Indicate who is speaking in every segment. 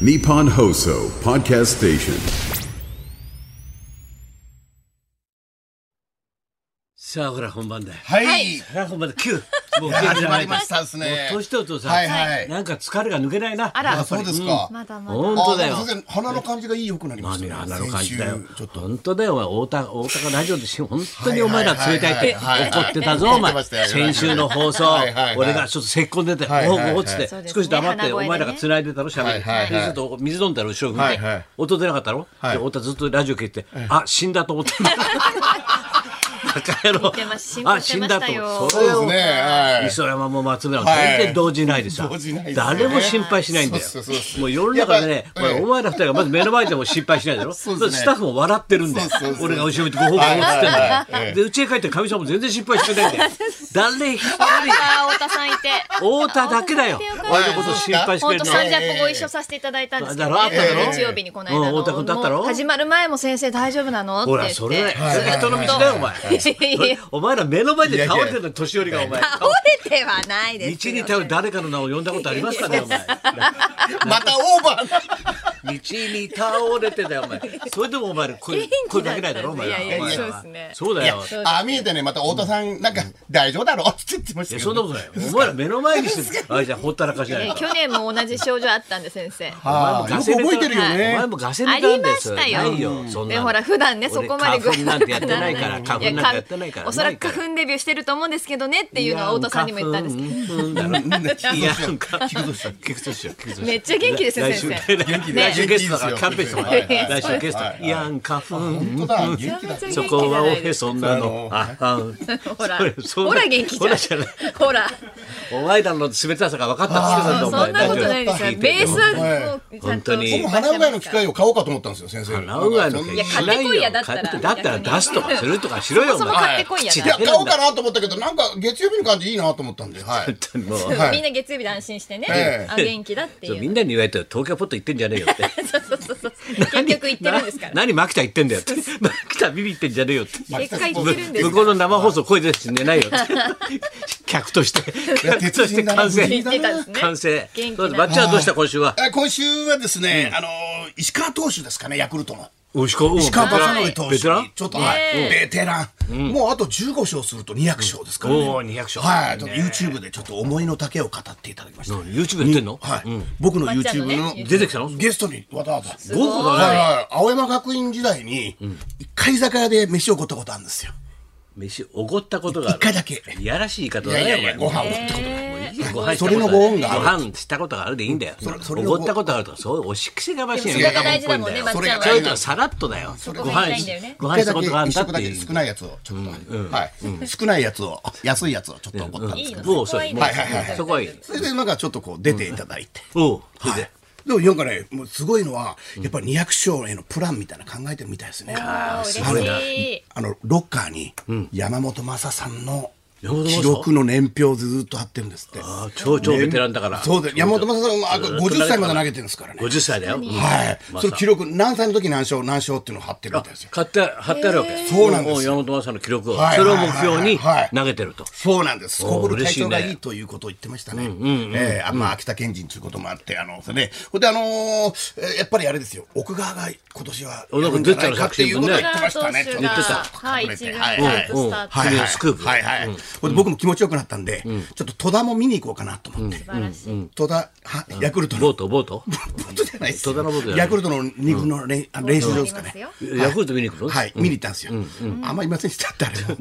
Speaker 1: Nippon Hoso Podcast Station.
Speaker 2: さあほら本番だよ。
Speaker 3: はい、
Speaker 4: はい
Speaker 2: さあ本 番だ。キュー。もう
Speaker 3: 始まりましたですね。
Speaker 2: もう年取るとさ、
Speaker 3: はいはい。
Speaker 2: なんか疲れが抜けないな。
Speaker 4: あ
Speaker 3: あ
Speaker 4: ら、
Speaker 3: そうですか。
Speaker 4: まだまだ。
Speaker 2: 本当だよ
Speaker 3: あ。全然鼻の感じがいい良くなりましたね。
Speaker 2: 涙の感じだよ
Speaker 3: 先週ちょっ。と
Speaker 2: 本当だよ。大田大田がラジオでし本当にお前ら冷たいって
Speaker 3: はいはいはいはい
Speaker 2: 怒ってたぞお前
Speaker 3: 言ってま。したよ
Speaker 2: 先週の放送
Speaker 3: はいはいはい
Speaker 2: 俺がちょっと咳込んでて
Speaker 3: はいはいはい
Speaker 2: おおおっつって
Speaker 4: そうです
Speaker 2: 少
Speaker 4: ね
Speaker 2: し黙って
Speaker 4: 鼻声で
Speaker 2: お
Speaker 4: ね
Speaker 2: 前らが繋いでたろ喋
Speaker 3: はいはい
Speaker 2: る。
Speaker 3: は
Speaker 2: で
Speaker 3: い
Speaker 2: ちょっと水飲んだろ後ろ
Speaker 3: は
Speaker 2: 踏
Speaker 3: い
Speaker 2: ん
Speaker 3: はい
Speaker 2: で音出なかったろ。
Speaker 3: は
Speaker 2: で
Speaker 3: い
Speaker 2: 太田ずっとラジオ聞いてあ死んだと思ってた。 バカ野郎
Speaker 4: てました。
Speaker 2: あ死
Speaker 4: 心
Speaker 2: ん
Speaker 4: 配
Speaker 2: だ
Speaker 4: し
Speaker 2: と
Speaker 4: てま
Speaker 2: 思って。そ
Speaker 3: そう
Speaker 4: したよ
Speaker 2: れ
Speaker 3: です
Speaker 2: を
Speaker 3: ね。はい。
Speaker 2: 磯山も松村も
Speaker 3: はい
Speaker 2: 全然動じないでさ、
Speaker 3: 動じないですよね
Speaker 2: 誰も心配しないんだよ
Speaker 3: そうそうそうそう
Speaker 2: もう世の中でね、
Speaker 3: やっぱ
Speaker 2: ほら
Speaker 3: ええ
Speaker 2: お前ら二人がまず目の前でも心配しないだろ
Speaker 3: そうですね
Speaker 2: スタッフも笑ってるんだよ
Speaker 3: そうそうそう
Speaker 2: 俺が後ろ見てご報告をつってんだよ
Speaker 3: はい、はいはいええ
Speaker 2: でうちへ帰ってかみさんも全然心配してないんだ よ誰一人
Speaker 4: あー、太田さんいて。
Speaker 2: 太田だけだよ
Speaker 4: 太田さん
Speaker 2: 俺
Speaker 4: いて
Speaker 2: のこと心配してく
Speaker 4: 本
Speaker 2: れるの
Speaker 4: 当三弱ご一緒させていただいたんですけど、
Speaker 2: だろあっただ
Speaker 3: ろ
Speaker 4: 日曜日にこの間
Speaker 2: うん
Speaker 4: の、
Speaker 2: 太田君だったろ
Speaker 4: もう始まる前も先生大丈夫なのって
Speaker 2: ほ
Speaker 4: 言っ
Speaker 2: ら
Speaker 4: て。
Speaker 2: それだよ
Speaker 3: はいはいはい
Speaker 2: 人の道だよお前
Speaker 4: いやいや
Speaker 2: お前ら目の前で倒れてるの年寄りがお前
Speaker 4: 倒れてはないです
Speaker 2: 道
Speaker 4: よ。
Speaker 2: に頼る誰かの名を呼んだことありますかねお前
Speaker 3: またオーバー
Speaker 2: 道に倒れてだよお前それでもお前ら声声かけないだろお前ら
Speaker 4: いやいや
Speaker 2: お前ら
Speaker 4: そうですね
Speaker 2: そうだよい
Speaker 3: な。あ、見えてね、また太田さん、なんか、大丈夫だろうって言ってました
Speaker 2: や
Speaker 3: け
Speaker 2: そ
Speaker 3: ど。
Speaker 2: んなことないよお前ら目の前にしてあいじゃあほったらかしない
Speaker 4: ね
Speaker 2: から
Speaker 4: 去年も同じ症状あったんで先生。
Speaker 3: あーよく覚えてるよ
Speaker 2: お前
Speaker 3: ね。
Speaker 2: もガセネタなんだよそれ
Speaker 4: ありましたよ
Speaker 2: ないよそん
Speaker 4: で
Speaker 2: なの
Speaker 4: ほら普段ねそ
Speaker 2: 俺
Speaker 4: こまで
Speaker 2: 花粉なんてやってないから花粉なんてやってないから
Speaker 4: おそら
Speaker 2: な
Speaker 4: く
Speaker 2: いから
Speaker 4: 花粉デビューしてると思うんですけどねっていうのは太田さんにも言ったんですけど。
Speaker 2: いやなんか聞くとしよう聞くとしよう聞くとしよう
Speaker 4: めっちゃ元気ですよ
Speaker 2: 来
Speaker 4: 先
Speaker 2: 週来週来週ゲストだからカンペしてもらう
Speaker 3: はい
Speaker 4: はい
Speaker 2: 来週ゲスト
Speaker 3: はいはい
Speaker 2: いやん花粉
Speaker 3: 本当だ、元気だ。
Speaker 2: そこはおへそなのあ あ
Speaker 4: ほら
Speaker 2: それそんな
Speaker 4: ほら元気じ
Speaker 2: ほら
Speaker 4: ゃ
Speaker 2: じゃ
Speaker 4: ん
Speaker 2: ない。
Speaker 4: ほら。
Speaker 2: お前らの冷たさが分かったっつってたんだ
Speaker 4: そ
Speaker 2: お
Speaker 4: ん
Speaker 2: 前
Speaker 4: なことないです
Speaker 2: 大
Speaker 4: よ。
Speaker 2: 丈夫
Speaker 4: ベースはもうちゃん
Speaker 2: 本
Speaker 4: と。
Speaker 2: 当に
Speaker 3: 僕、鼻うがいの機械を買おうかと思ったんですよ、先生。
Speaker 2: ラウアーの
Speaker 3: い
Speaker 2: 件
Speaker 3: や、
Speaker 4: 買ってこいやだったら
Speaker 2: 買ってだったら出すとかするとかしろよお
Speaker 4: そもそも
Speaker 2: 前
Speaker 4: 買ってこいや
Speaker 2: いや
Speaker 4: な。
Speaker 3: 買おうかなと思ったけど、なんか、月曜日の感じいいなと思ったんで、はい。
Speaker 2: もう
Speaker 3: はい
Speaker 4: みんな月曜日で安心してね、
Speaker 3: ええ
Speaker 4: あ元気だって
Speaker 2: そう
Speaker 4: い
Speaker 2: み
Speaker 4: う。
Speaker 2: んなに言われて東京ポット行ってんじゃねえよって
Speaker 4: そうそうそうそう。結局言ってるんですから。
Speaker 2: 何マキタ行ってんだよってマキタビビってんじゃねえよって
Speaker 4: 結果言ってるんです
Speaker 2: 向
Speaker 4: か
Speaker 2: こうの生放送声出して寝ないよって 客として客として完
Speaker 3: 鉄
Speaker 2: 成
Speaker 4: 言
Speaker 3: 人
Speaker 4: っ
Speaker 3: だ
Speaker 4: て
Speaker 3: な
Speaker 4: たんですね。
Speaker 2: 完成
Speaker 4: 元気
Speaker 2: そうで
Speaker 4: な
Speaker 2: すバッチャーはどうした今週は
Speaker 3: え今週はですね、あのー石川投手ですかね、ヤクルトの。
Speaker 2: 石川
Speaker 3: 石川正則投
Speaker 2: ベ
Speaker 3: 手
Speaker 2: テラン
Speaker 3: ちょっと、はい、ベテラン。もうあと15勝すると200勝ですからね。
Speaker 2: おー200勝
Speaker 3: はい、ちょっと YouTube でちょっと思いの丈を語っていただきました。
Speaker 2: 何 YouTube やってんの
Speaker 3: はい、僕の
Speaker 4: まっちゃんのね
Speaker 3: YouTube の
Speaker 2: 出てきたの
Speaker 3: ゲストにわざわざ。
Speaker 2: 豪華だね
Speaker 3: はいはい、青山学院時代に、一回居酒屋で飯をごったことあるんですよ。
Speaker 2: 飯おごったことがある
Speaker 3: 一回だけ
Speaker 2: いやらしい言い方
Speaker 3: い
Speaker 2: だ
Speaker 3: やいや
Speaker 2: ね
Speaker 3: い
Speaker 2: お
Speaker 3: や、
Speaker 2: 前
Speaker 3: ご飯をってことで。
Speaker 2: もういいよご飯したことある
Speaker 3: それのご恩があ
Speaker 2: ご
Speaker 3: る
Speaker 2: 飯したことがあるでいいんだよ
Speaker 3: それ
Speaker 2: お
Speaker 3: の
Speaker 2: ごったことあるとかそういうおしくせがましい
Speaker 4: そ
Speaker 2: の
Speaker 4: れ
Speaker 2: 田
Speaker 4: が
Speaker 2: 舎者
Speaker 4: 大
Speaker 2: っ
Speaker 4: 事
Speaker 2: ぽい
Speaker 4: だ
Speaker 2: ん
Speaker 4: も
Speaker 2: だ
Speaker 4: ん
Speaker 2: よそういう
Speaker 3: それが大
Speaker 4: ね、まっちゃん
Speaker 2: の
Speaker 3: 事
Speaker 2: はさらっとだよ
Speaker 4: こ
Speaker 2: ご
Speaker 4: が
Speaker 2: 飯
Speaker 4: いいんだよね
Speaker 2: ご飯
Speaker 3: 一回
Speaker 2: した
Speaker 3: だ
Speaker 2: こ
Speaker 3: け
Speaker 2: とがあん
Speaker 3: 一
Speaker 2: だって
Speaker 3: 食だけ
Speaker 2: いう
Speaker 3: 少ないやつをちょっと、はい、少ないやつを安いやつをちょっと怒ったんですけど、
Speaker 2: もうそうもう
Speaker 3: はいはいはいはい
Speaker 2: そこはいい
Speaker 3: それでなんかちょっとこう出ていただいて、
Speaker 2: おうそれ
Speaker 3: はい
Speaker 2: で
Speaker 3: でもなんかねもうすごいのはやっぱり200勝へのプランみたいなの考えてるみたいですねあ
Speaker 4: 嬉し
Speaker 3: の
Speaker 4: い。
Speaker 3: あのロッカーに山本昌さんの
Speaker 2: 山本昌
Speaker 3: 記録の年表ずっと貼ってるんですって
Speaker 2: あ超超ベテランだから
Speaker 3: そうです山本昌さんはあと
Speaker 2: ずっと投げてた
Speaker 3: 50歳まで投げてるんですからね
Speaker 2: 50歳だようん
Speaker 3: はい
Speaker 2: まあ
Speaker 3: その記録何歳の時何勝何勝っていうのを貼ってるみたいですよ
Speaker 2: 買って貼ってあるわけ
Speaker 3: そうなんです
Speaker 2: も山本昌の記録を
Speaker 3: はい
Speaker 2: それを目標に
Speaker 3: はい
Speaker 2: 投げてると
Speaker 3: そうなんです。
Speaker 2: おー
Speaker 3: 心体調が
Speaker 2: 嬉しい
Speaker 3: い
Speaker 2: ね
Speaker 3: いということを言ってましたね。ええあまあ、秋田県人ということもあって、あの、それで、ほんで、あのーえーやっぱりあれですよ、奥川が今年はやるんじゃないかっていうことを言ってましたね。
Speaker 4: 出
Speaker 3: ち
Speaker 4: た
Speaker 3: ょ
Speaker 4: の
Speaker 3: っと
Speaker 4: 出た
Speaker 3: 隠れて
Speaker 4: はい
Speaker 3: はい
Speaker 4: 一軍から
Speaker 3: はい
Speaker 2: うんう
Speaker 3: は
Speaker 2: ん
Speaker 3: い
Speaker 2: スクープ
Speaker 3: はいはい。ほんで僕も気持ちよくなったんで、ちょっと戸田も見に行こうかなと思って。
Speaker 4: 素晴らしい。
Speaker 3: 戸田、は、ヤクルト
Speaker 2: ボー
Speaker 3: の。
Speaker 2: トボート
Speaker 3: ボートじゃないですよ
Speaker 2: 戸田のボートじゃない
Speaker 3: ヤクルトの二軍の練あの練習場ですかね。
Speaker 2: ヤクルト見に行くの
Speaker 3: はい、見に行ったんですよ。あんまりいませんでしたってあれも。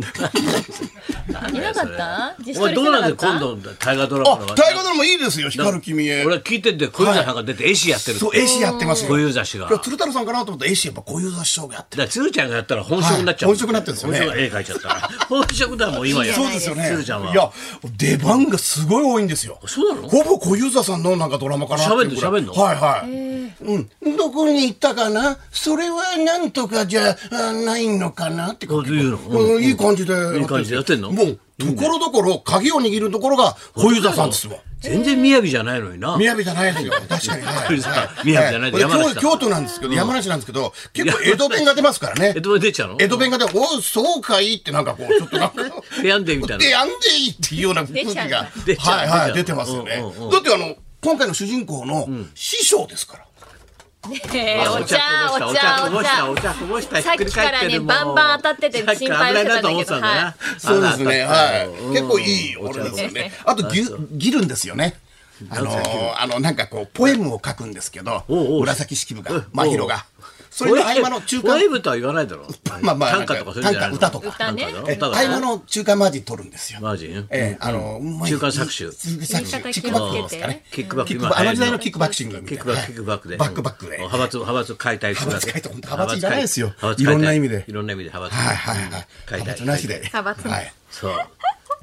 Speaker 4: いなかった自
Speaker 2: お前ど
Speaker 4: 粛でき
Speaker 2: うなん
Speaker 4: な
Speaker 2: だ
Speaker 4: か
Speaker 2: よ
Speaker 4: った
Speaker 2: 今度大河ドラマの
Speaker 3: あ、大河ドラマいいですよ、光る君へ。
Speaker 2: 俺は聞いてて小遊三さんが出て絵師やってるって
Speaker 3: そう、絵師やってますよ。
Speaker 2: 小遊三氏が
Speaker 3: 今日鶴太郎さんかなと思ったら、絵師やっぱ小遊三師匠がやって
Speaker 2: だから鶴ちゃんがやったら本職になっちゃう、
Speaker 3: はい本職になってるんですよね
Speaker 2: 本職が絵描いちゃったら 本職だもん今や
Speaker 3: そうですよね。
Speaker 2: 鶴ちゃんはい
Speaker 3: や、出番がすごい多いんですよ。
Speaker 2: そうなの
Speaker 3: ほぼ小遊三さんのなんかドラマかなっていうぐらい
Speaker 2: 喋んの喋んの
Speaker 3: はいはい。うん。どこに行ったかなそれはなんとかじゃあないのかなって
Speaker 2: あそういうの
Speaker 3: うんいい感じでやってる。
Speaker 2: いい感じでやってんの
Speaker 3: もう、ところどころ、鍵を握るところが小遊三さんですよ。
Speaker 2: 全然雅じゃないのにな
Speaker 3: 宮城じゃないです よ。確かに。はい
Speaker 2: 小遊三宮城じゃない
Speaker 3: は
Speaker 2: で山梨だ
Speaker 3: 京京都なんですけど、山梨なんですけど、結構江戸弁が出ますからね
Speaker 2: 江。戸で出ちゃうの
Speaker 3: 江戸弁がで、おう、そうかいってなんかこう、ちょっとなん か、
Speaker 2: ペヤンデーみたいな
Speaker 3: ペヤンデーっていうような空気が、
Speaker 2: 出ちゃう
Speaker 3: はいはい、
Speaker 2: 出ち
Speaker 3: 出
Speaker 2: ゃ
Speaker 3: て
Speaker 2: う
Speaker 3: ますよね
Speaker 2: うんうんうん。
Speaker 3: だってあの、今回の主人公の師匠ですから。
Speaker 4: ねえお茶お茶
Speaker 2: お茶こぼ
Speaker 4: お
Speaker 2: した
Speaker 4: 茶
Speaker 2: お茶こぼしたひ
Speaker 4: さ
Speaker 2: っ
Speaker 4: っ
Speaker 2: くり
Speaker 4: き
Speaker 2: 返
Speaker 4: か
Speaker 2: っ
Speaker 4: ら
Speaker 2: て
Speaker 4: ね
Speaker 2: るもう
Speaker 4: バンバン当たってて
Speaker 2: さっき
Speaker 4: 心配してた
Speaker 2: 危ないな
Speaker 4: んだけど
Speaker 2: と思ってんだな
Speaker 3: そうですね。
Speaker 2: あの
Speaker 3: はい
Speaker 2: 当たった。
Speaker 3: 結構いい
Speaker 2: うん
Speaker 3: お茶ですよね
Speaker 4: お。
Speaker 3: あと、ぎゅ、ぎるんですよね。あのー、あの、なんかこう、ポエムを書くんですけど、
Speaker 2: おうおう
Speaker 3: 紫式部
Speaker 2: お
Speaker 3: が
Speaker 2: う、
Speaker 3: 真宙が。それの合間の中
Speaker 2: ポエ
Speaker 3: 間、
Speaker 2: ムとは言わないだろ
Speaker 3: まあまあ
Speaker 2: 短歌とかそういうんじゃないの
Speaker 3: 短歌歌と
Speaker 4: か
Speaker 2: 短歌だろ
Speaker 3: え
Speaker 2: 歌
Speaker 3: 合
Speaker 2: だろ
Speaker 3: 間の中間マージン取るんですよ。
Speaker 2: マージン
Speaker 3: ええ、あの、うまい
Speaker 2: 中間搾取
Speaker 3: 中間搾取。キッ
Speaker 4: 言
Speaker 3: ク
Speaker 4: い
Speaker 3: バ
Speaker 4: 方
Speaker 3: ック
Speaker 4: 気
Speaker 3: で
Speaker 4: をつけて
Speaker 3: すかね。
Speaker 2: キックバック
Speaker 3: キッ
Speaker 2: 今
Speaker 3: クバックあ
Speaker 2: 流行
Speaker 3: の
Speaker 2: り
Speaker 3: 時代のキックバッシングみた
Speaker 2: キ
Speaker 3: い
Speaker 2: ッ
Speaker 3: な。
Speaker 2: クバック、キックバックで。
Speaker 3: バックバックで。
Speaker 2: 派閥、派閥解体してください。
Speaker 3: 派閥解体本当派閥いらないですよ
Speaker 2: 派閥解体
Speaker 3: いろんな意味で
Speaker 2: いろんな意味で派閥。
Speaker 3: はいはいはい。
Speaker 2: 書いてある
Speaker 3: 派閥なしで。
Speaker 4: 派閥
Speaker 3: はい。
Speaker 2: そう。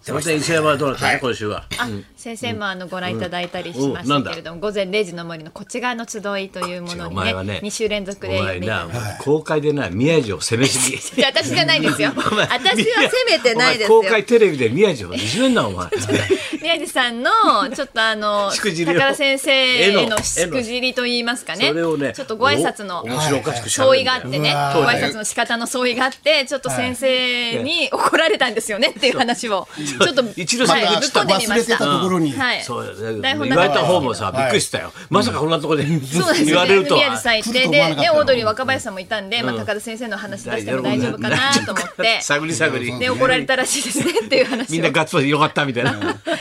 Speaker 2: それで石山はどうなった
Speaker 3: は
Speaker 2: の
Speaker 3: い
Speaker 2: 今週は。
Speaker 4: あ先生もあのご覧いただいたりしまし
Speaker 2: うんお
Speaker 4: た
Speaker 2: なんだ
Speaker 4: けれども「午前0時の森」の「こっち側の集い」というもの
Speaker 2: お
Speaker 4: に
Speaker 2: 前はね
Speaker 4: ね、2週連続
Speaker 2: お
Speaker 4: で呼ん
Speaker 2: 前
Speaker 4: でいた
Speaker 2: な、公開でな、宮治を責めすぎ。
Speaker 4: いや私じゃないですよ 私
Speaker 2: お前
Speaker 4: は責めてないです
Speaker 2: お
Speaker 4: よ
Speaker 2: 前公開テレビで宮治をいじめんな、お前。
Speaker 4: 宮治さんのちょっとあの
Speaker 2: しくじりを
Speaker 4: 高田先生へ
Speaker 2: 絵の
Speaker 4: のしくじりと言いますかね
Speaker 2: それをね、
Speaker 4: ちょっとご挨拶の
Speaker 2: お面白おかしくしゃ
Speaker 4: 相違があってね
Speaker 3: う
Speaker 4: ご
Speaker 3: わー
Speaker 4: 挨拶の仕方の相違があってちょっと先生に怒られたんですよねっていう話をちょっと
Speaker 2: 一度
Speaker 4: はい
Speaker 2: また
Speaker 4: ぶっ込んでみま
Speaker 3: 忘れ
Speaker 4: して
Speaker 3: た
Speaker 4: た。
Speaker 3: ところに。
Speaker 4: はい
Speaker 2: そうだね
Speaker 4: 台本
Speaker 2: 言
Speaker 4: な
Speaker 2: わ
Speaker 4: か
Speaker 2: れ
Speaker 4: っ
Speaker 2: た
Speaker 4: た
Speaker 2: 方もさ、び
Speaker 3: はい
Speaker 2: っくりしたよ。まさかこんなとこで
Speaker 4: そうです
Speaker 2: 言わ
Speaker 4: よ
Speaker 2: れる
Speaker 4: ね
Speaker 2: と
Speaker 4: 宮
Speaker 2: は
Speaker 4: 治。さんいてで
Speaker 3: 来ると思わなかった
Speaker 4: ね
Speaker 3: よ
Speaker 4: オードリー若林さんもいたんで、まあ、高田先生の話出しても大丈夫かなと思って
Speaker 2: 探り探り。
Speaker 4: で怒られたらしいですねっていう
Speaker 2: み
Speaker 4: 話
Speaker 2: ん
Speaker 4: を
Speaker 2: なガッツポーズよかったみたいな。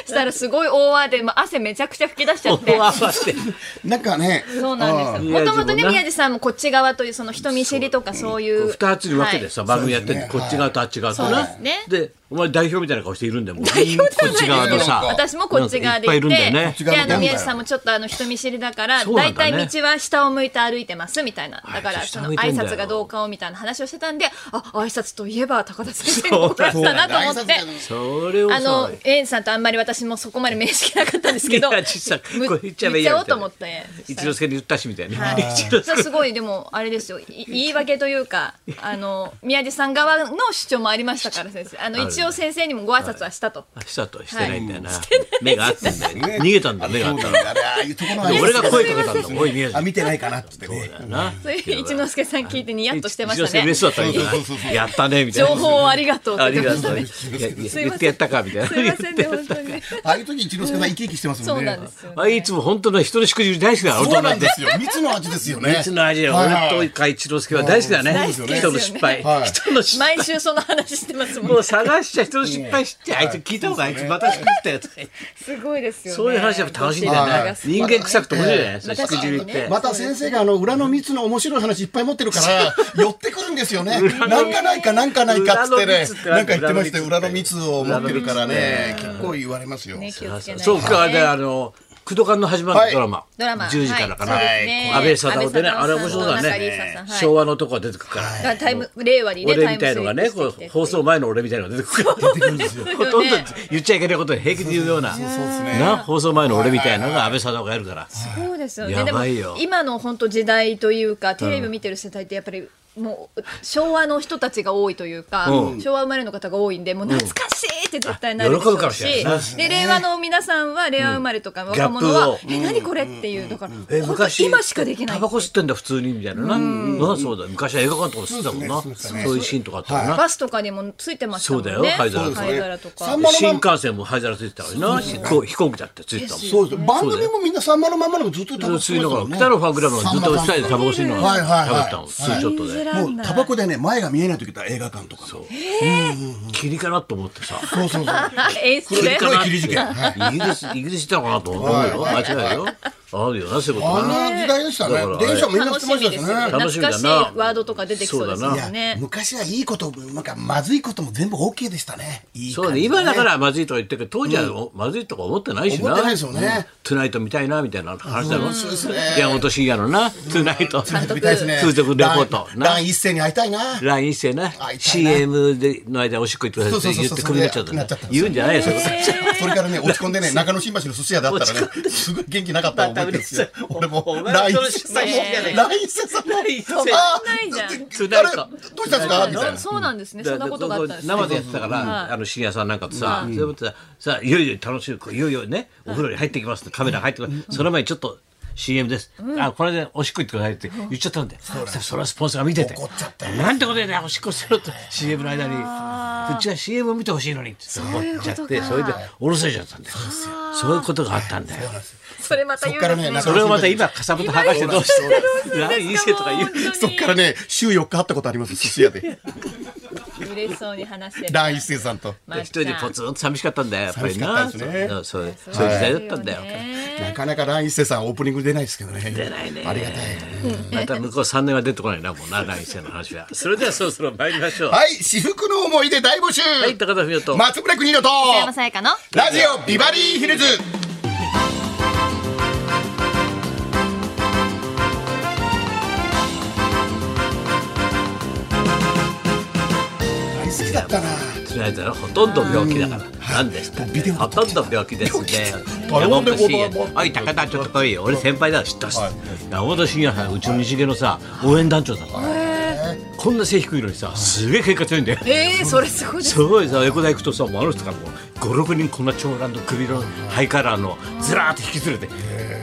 Speaker 4: したらすごい大泡で、まあ、汗めちゃくちゃ吹き出しちゃって
Speaker 2: 思。わせて。
Speaker 3: なんかね。
Speaker 4: そうなんですよ。もともと
Speaker 2: 宮治も
Speaker 4: ね、
Speaker 2: な
Speaker 4: 宮治さんもこっち側という、その人見知りとかそういう。
Speaker 2: 二つに分けてさ、番組やって
Speaker 3: そう
Speaker 2: て、
Speaker 3: です
Speaker 2: こ
Speaker 3: ね
Speaker 2: っち側とあっち側と
Speaker 4: そう
Speaker 2: な
Speaker 4: ですね。
Speaker 2: で、お前代表みたいな顔しているんだよ、もう。
Speaker 4: 代表
Speaker 2: こっち側とさ。
Speaker 4: 私もこっち側で
Speaker 2: いっ
Speaker 4: い
Speaker 2: ぱ
Speaker 4: て、
Speaker 2: いいるんだよね。
Speaker 3: 側
Speaker 4: で、
Speaker 3: で
Speaker 4: あの宮治さんもちょっとあの人見知りだから、
Speaker 2: そうな
Speaker 4: 大
Speaker 2: んだね
Speaker 4: 体道は下を向いて歩いてますみたいな。だか
Speaker 2: あ
Speaker 4: ら、
Speaker 2: いつ
Speaker 4: そ
Speaker 2: 下
Speaker 4: の
Speaker 2: 向いて
Speaker 4: 挨
Speaker 2: んだよ
Speaker 4: 拶がどうかをみたいな話をしてたんで、あ、挨拶といえば高田先生に怒られたなと思って。
Speaker 2: それを
Speaker 4: あ
Speaker 2: さ
Speaker 4: の、エンさんとあんまり私もそこまで面識なかったんで すけど、
Speaker 2: いや実際
Speaker 4: む
Speaker 2: これ言っちゃえばいい
Speaker 4: 言
Speaker 2: やみたいな
Speaker 4: っちゃおうと思って。
Speaker 2: 一之輔に言ったしみたいな。一之
Speaker 4: それすごいでもあれですよい言い訳というかあの宮地さん側の主張もありましたから先生あの一応先生にもご挨拶はしたと、
Speaker 2: したとしてないんだよな。目が合ってんだよ。逃げたんだ、目が合
Speaker 3: そ
Speaker 2: っ
Speaker 3: う
Speaker 2: た
Speaker 3: な
Speaker 2: の。
Speaker 3: んだね。ああいうところは
Speaker 2: で
Speaker 3: ね
Speaker 2: 俺が声かけたんだもん、おい、宮
Speaker 3: あ、
Speaker 2: 治。
Speaker 3: 見てないかなって言ってね。
Speaker 2: な。
Speaker 4: そういう一之輔さん聞いてニヤっとしてま
Speaker 2: 一
Speaker 4: し
Speaker 2: 之
Speaker 4: た
Speaker 2: 輔
Speaker 4: ね
Speaker 2: 嬉しそうだったみた
Speaker 3: そうそうそうそ
Speaker 2: いな。やったね、みたい
Speaker 4: 情
Speaker 2: な。
Speaker 4: 報をありがとう
Speaker 2: あ
Speaker 4: って
Speaker 2: り
Speaker 4: 言って
Speaker 2: が
Speaker 4: まし
Speaker 2: とう。
Speaker 4: た
Speaker 2: い
Speaker 4: ね
Speaker 2: やいや
Speaker 4: すい
Speaker 2: 言っ
Speaker 4: ません
Speaker 2: てやったか、みたいな。
Speaker 4: すいませんね本当に
Speaker 3: ああいう時、一之輔さん生き生きしてますもん
Speaker 4: そう
Speaker 3: ね。
Speaker 4: なんですよ、
Speaker 2: あいつも本当の人のしくじり大好きだな、大
Speaker 3: そう
Speaker 2: 人
Speaker 3: な
Speaker 2: っ
Speaker 3: ん
Speaker 2: て
Speaker 3: で。すよ。蜜の味ですよね。
Speaker 2: 蜜の味よ。
Speaker 3: はいはい
Speaker 2: 俺とか一之輔は大好きだね。
Speaker 3: はい
Speaker 2: 人
Speaker 3: そう
Speaker 2: の
Speaker 3: ですよね
Speaker 2: 失敗
Speaker 3: はい。
Speaker 2: 人の失敗。
Speaker 4: 毎週その話してますも
Speaker 2: も
Speaker 4: ん
Speaker 2: う探しちゃ人の失敗知って、あいつ聞いた方があいつまたしくじったやつ。
Speaker 4: すごいですよね
Speaker 2: そういう話は楽しいんだ
Speaker 4: どちら
Speaker 2: よ
Speaker 4: が
Speaker 2: ね
Speaker 4: 好。き
Speaker 2: 人間臭くて面白いよね。
Speaker 4: まあ
Speaker 2: しくじりって。
Speaker 3: また先生があの裏の蜜の面白い話いっぱい持ってるから寄ってくるんですよね。なんかないかなんかないかっつっ
Speaker 2: 裏の
Speaker 3: てね
Speaker 2: 蜜っ。て
Speaker 3: なんか言ってましたよ。裏の蜜を持
Speaker 2: 裏の
Speaker 3: っ
Speaker 2: 蜜
Speaker 3: てるからね。結構言われますよ。
Speaker 4: ね気をつけないと
Speaker 2: そう、
Speaker 4: ね
Speaker 2: 今日はね、あの、工藤館の始まるドラマ。
Speaker 4: ドラマ
Speaker 2: 10時からかな。
Speaker 4: はい
Speaker 2: 安倍サダヲでね、あれ面白そうだ
Speaker 4: 中里依紗
Speaker 2: ね
Speaker 4: さん。はい
Speaker 2: 昭和のとこが出てくるから。
Speaker 4: だからタイム令和にね
Speaker 2: 俺
Speaker 4: タ
Speaker 2: み
Speaker 4: イム
Speaker 2: たい
Speaker 4: ス
Speaker 2: の
Speaker 4: リ
Speaker 2: が
Speaker 4: ップ
Speaker 2: ね、
Speaker 4: して
Speaker 2: こ
Speaker 4: き
Speaker 2: う
Speaker 4: て
Speaker 2: 放送前の俺みたいのが出てくるから。ほとんど言っちゃいけないことで平気で言うような。
Speaker 3: そうですね。
Speaker 2: な、放送前の俺みたいのが安倍サダヲがやるから。
Speaker 4: そうですよね。
Speaker 2: や
Speaker 4: でも
Speaker 2: ばいよ
Speaker 4: 今の本当時代というかテレビ見てる世代ってやっぱり。もう昭和の人たちが多いというか、
Speaker 2: うん
Speaker 4: 昭和生まれの方が多いんでもう懐かしいって絶対な
Speaker 2: う
Speaker 4: る
Speaker 2: ん
Speaker 4: でしょ
Speaker 2: 喜ぶか
Speaker 4: う
Speaker 2: もしれない
Speaker 4: し、
Speaker 2: な
Speaker 4: で令和の皆さんは令和生まれとか若者は、
Speaker 2: ギャップ
Speaker 4: え何これっていうだから、
Speaker 2: え
Speaker 4: 本当
Speaker 2: 昔
Speaker 4: 今しかできない
Speaker 2: タバコ吸ってんだ普通にみたいななうんそうだ昔は映画館とか吸ってたもんな
Speaker 3: そうですねそうですね
Speaker 2: そういうシーンとかあったもんな
Speaker 4: バスとかにもついてましたもんね
Speaker 2: そうだよ灰皿
Speaker 3: そうですね
Speaker 4: 灰皿とか
Speaker 3: さんまの
Speaker 2: 新
Speaker 3: まんま。
Speaker 2: 幹線も灰皿ついてたからな飛行飛行機だってついてたもん
Speaker 3: そうです。番組もみんなさんまのまんまのずっと食べてま
Speaker 2: 吸いながら
Speaker 3: ね
Speaker 2: 北のファンクラブのずっと
Speaker 3: さんま
Speaker 2: 下でタバコ吸いながら
Speaker 3: はいはい
Speaker 2: 食
Speaker 3: はい
Speaker 2: べたのツーショットで
Speaker 3: も
Speaker 4: 信じらん
Speaker 3: う
Speaker 4: ない
Speaker 3: タバコでね前が見えない時だ映画館とかそう
Speaker 2: 霧かなと思ってさ
Speaker 3: そうそうそう
Speaker 4: あ演出で
Speaker 3: 黒い霧事件は
Speaker 2: イギリスイギリス行ったのかなと思ったよ間違いないよあるよなそういうこと
Speaker 3: あん
Speaker 2: な
Speaker 3: な時代でした
Speaker 2: だから
Speaker 3: ね電車みんな来
Speaker 4: 楽
Speaker 3: て
Speaker 4: し
Speaker 3: まし
Speaker 4: み
Speaker 3: た
Speaker 4: で
Speaker 3: し
Speaker 4: すよね
Speaker 3: ね
Speaker 2: 楽
Speaker 4: 懐
Speaker 2: しみだ
Speaker 4: か
Speaker 2: な
Speaker 4: しいワードとか出てきそうですよ
Speaker 2: そう
Speaker 3: いや
Speaker 4: ね
Speaker 3: 昔はいいことなんかまずいことも全部 OK でしたねいい
Speaker 2: そう
Speaker 3: 感
Speaker 2: だ
Speaker 3: じ
Speaker 2: ね、今だかららまずいとか言ってるけど当時はおまずいとか思ってないしな
Speaker 3: 思ってないですよね
Speaker 2: うんトゥナイト見たいなみたいな話だろ
Speaker 3: そうですね
Speaker 2: 山本慎也のなトゥナイト
Speaker 3: 見たいですね
Speaker 2: 通俗レポート
Speaker 3: ラン
Speaker 2: な
Speaker 3: ラン一世に会いたいな
Speaker 2: LINE してな
Speaker 3: あ痛いな
Speaker 2: CM での間おしっこ行ってくださいって言ってクビになっちゃった
Speaker 3: そうそう
Speaker 2: ね
Speaker 3: そうそうなっちゃったんですよ
Speaker 2: 言うんじゃないよそれ
Speaker 3: そ れからね落ち込んでね中野新橋の寿司屋だったらねすごい元気なかった思う んですよ
Speaker 2: また嬉しい
Speaker 3: 俺も
Speaker 2: お前
Speaker 3: ライン
Speaker 2: それ
Speaker 3: 一世さん
Speaker 2: 寿
Speaker 3: も
Speaker 2: 司屋じゃ
Speaker 3: ライン一世さんも
Speaker 2: ないそれ
Speaker 3: あ
Speaker 4: ないじゃん
Speaker 2: つ
Speaker 3: ー
Speaker 2: な
Speaker 3: あ
Speaker 2: い
Speaker 3: れ
Speaker 2: か
Speaker 3: どうしたんですかみたいな
Speaker 4: そうなんですねそんなことがあったんですね
Speaker 2: 生でやってたから、あの深夜さんなんかとさ、そういうことさ、さあいよいよ楽しく、いよいよね、お風呂に入ってきますって、カメラ入ってくる、その前にちょっと。CM です、あこれでおしっこ行ってくださいって言っちゃったんでそしたらそれはスポンサーが見てて
Speaker 3: 怒っちゃったよ
Speaker 2: なんてことでねおしっこすると CM の間にうちは CM を見てほしいのにって言って思っちゃってそれでおろせちゃったんだよそういうことがあったんだよ
Speaker 4: それまた言うん
Speaker 3: そっから
Speaker 4: です
Speaker 3: ねな
Speaker 4: ね
Speaker 3: んか
Speaker 2: それをまた今かさぶた剥がしてどうして
Speaker 4: 今言ってどうするんですか
Speaker 2: いいせとか言う
Speaker 4: 本
Speaker 3: そ
Speaker 4: 当
Speaker 3: っからね、週4日会ったことあります、寿司屋で。
Speaker 4: に嬉しそうに話して
Speaker 3: ラン一世さんと。
Speaker 4: まっ
Speaker 2: 一
Speaker 4: ちゃん
Speaker 2: 人でポツンと寂しかったんだよやっぱりな
Speaker 3: 寂しかったですね
Speaker 2: そうそうそういう時代だったんだよ、
Speaker 3: なかなかラン一世さんオープニング出ないですけどね。
Speaker 2: 出ないね
Speaker 3: ありがたい。
Speaker 2: また向こう3年は出てこないなもうな来世の話はそれではそろそろ参りましょうは
Speaker 3: はい、私服の思い出大募集
Speaker 2: い高田文夫と
Speaker 3: 松村邦洋と
Speaker 4: 北山さやかの
Speaker 3: ラジオビバリーヒルズ大好きだったな
Speaker 2: つないだらほとんど病気だからなんですか
Speaker 3: ビデオ
Speaker 2: ほとんど病気ですね
Speaker 3: 病気
Speaker 2: 山本慎
Speaker 3: 頼んでごめん
Speaker 2: 也おい高田ちょっと来いよ俺先輩だ知ったし山本慎也さんうちの日芸のさ応援団長だからこんな背低いのにさすげえ喧嘩強いんだよ
Speaker 4: えー、それすごいです
Speaker 2: すごいさ横田行くとさもうあの人からもう56人こんな長男の首のハイカラーのずらーっと引き連れて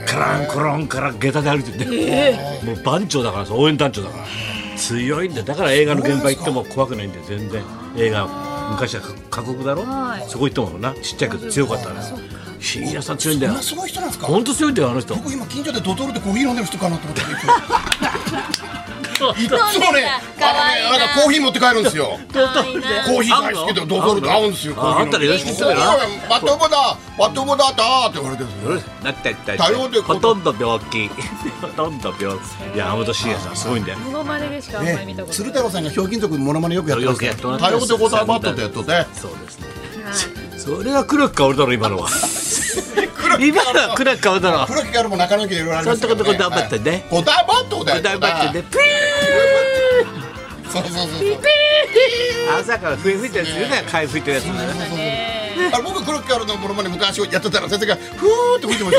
Speaker 2: カランコロンから下駄で歩いてってもう番長だからさ応援団長だから強いんだよだから映画の現場行っても怖くないんだよ全然映画昔は過酷だろ
Speaker 4: はい
Speaker 2: そこ行ってもなちっちゃいけど強かったね深夜さん強いんだよ
Speaker 3: そんなすごい人なんですか
Speaker 2: 本当強いんだよあの人
Speaker 3: 僕今近所でドトールでコーヒー飲んでる人かなと思っていつもね
Speaker 4: かわ
Speaker 3: あ
Speaker 4: い
Speaker 3: の
Speaker 4: いな
Speaker 3: ねなんかコーヒー持って帰るんですよ
Speaker 4: ね
Speaker 3: コーヒー大好きでドトールと合うんですよコーヒー
Speaker 2: あんたらよろしくす
Speaker 3: そう
Speaker 2: べ
Speaker 3: だ
Speaker 2: な
Speaker 3: よワトボだワトボだだーって言われてるんですよ
Speaker 2: なってった
Speaker 3: 多様で
Speaker 2: ほとんど病気 ほとんど病気山本慎也さんすごいんだよ
Speaker 4: モノマネでしかあんまり見た
Speaker 3: ね
Speaker 4: こと
Speaker 3: 鶴
Speaker 4: ない
Speaker 3: 太郎さんがひょうきん族のモノマネよくやってま
Speaker 2: よ
Speaker 3: し
Speaker 2: く
Speaker 3: た
Speaker 2: やってもら
Speaker 3: 多様でございまったってやっとって
Speaker 2: そうですね。それは黒く変わるだろ今のは。今のは黒く変わるだろ。
Speaker 3: 黒木からも中野家でいろいろありましたけど
Speaker 2: そんなことこだわってね
Speaker 3: はいこだばっとだよ
Speaker 2: 大バッテンでピ
Speaker 3: そうそうそうそう
Speaker 2: ーン。朝から笛吹いたりするね。貝吹いてるやつもね。
Speaker 3: あれ僕黒木からのモノマネ昔やってたら先生がふーって吹いてまし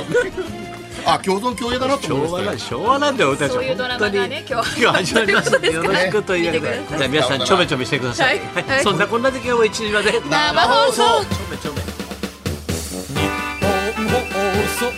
Speaker 3: たあ共存共栄だなと思い
Speaker 2: 昭
Speaker 3: ま
Speaker 2: 和
Speaker 3: した
Speaker 2: だ
Speaker 3: よ
Speaker 2: 昭和なんだよ俺たちは
Speaker 4: そういうドラマがね
Speaker 2: 本当に
Speaker 4: 今日
Speaker 2: 始まりますんでよろしくというわけ
Speaker 4: 見て
Speaker 2: で
Speaker 4: く
Speaker 2: じ
Speaker 4: ださい
Speaker 2: ゃあ皆さんちょめちょめしてください
Speaker 4: はい
Speaker 2: はいそんなこんな時はもう一時まで
Speaker 4: 生放送
Speaker 2: ちょめちょめ
Speaker 5: 放送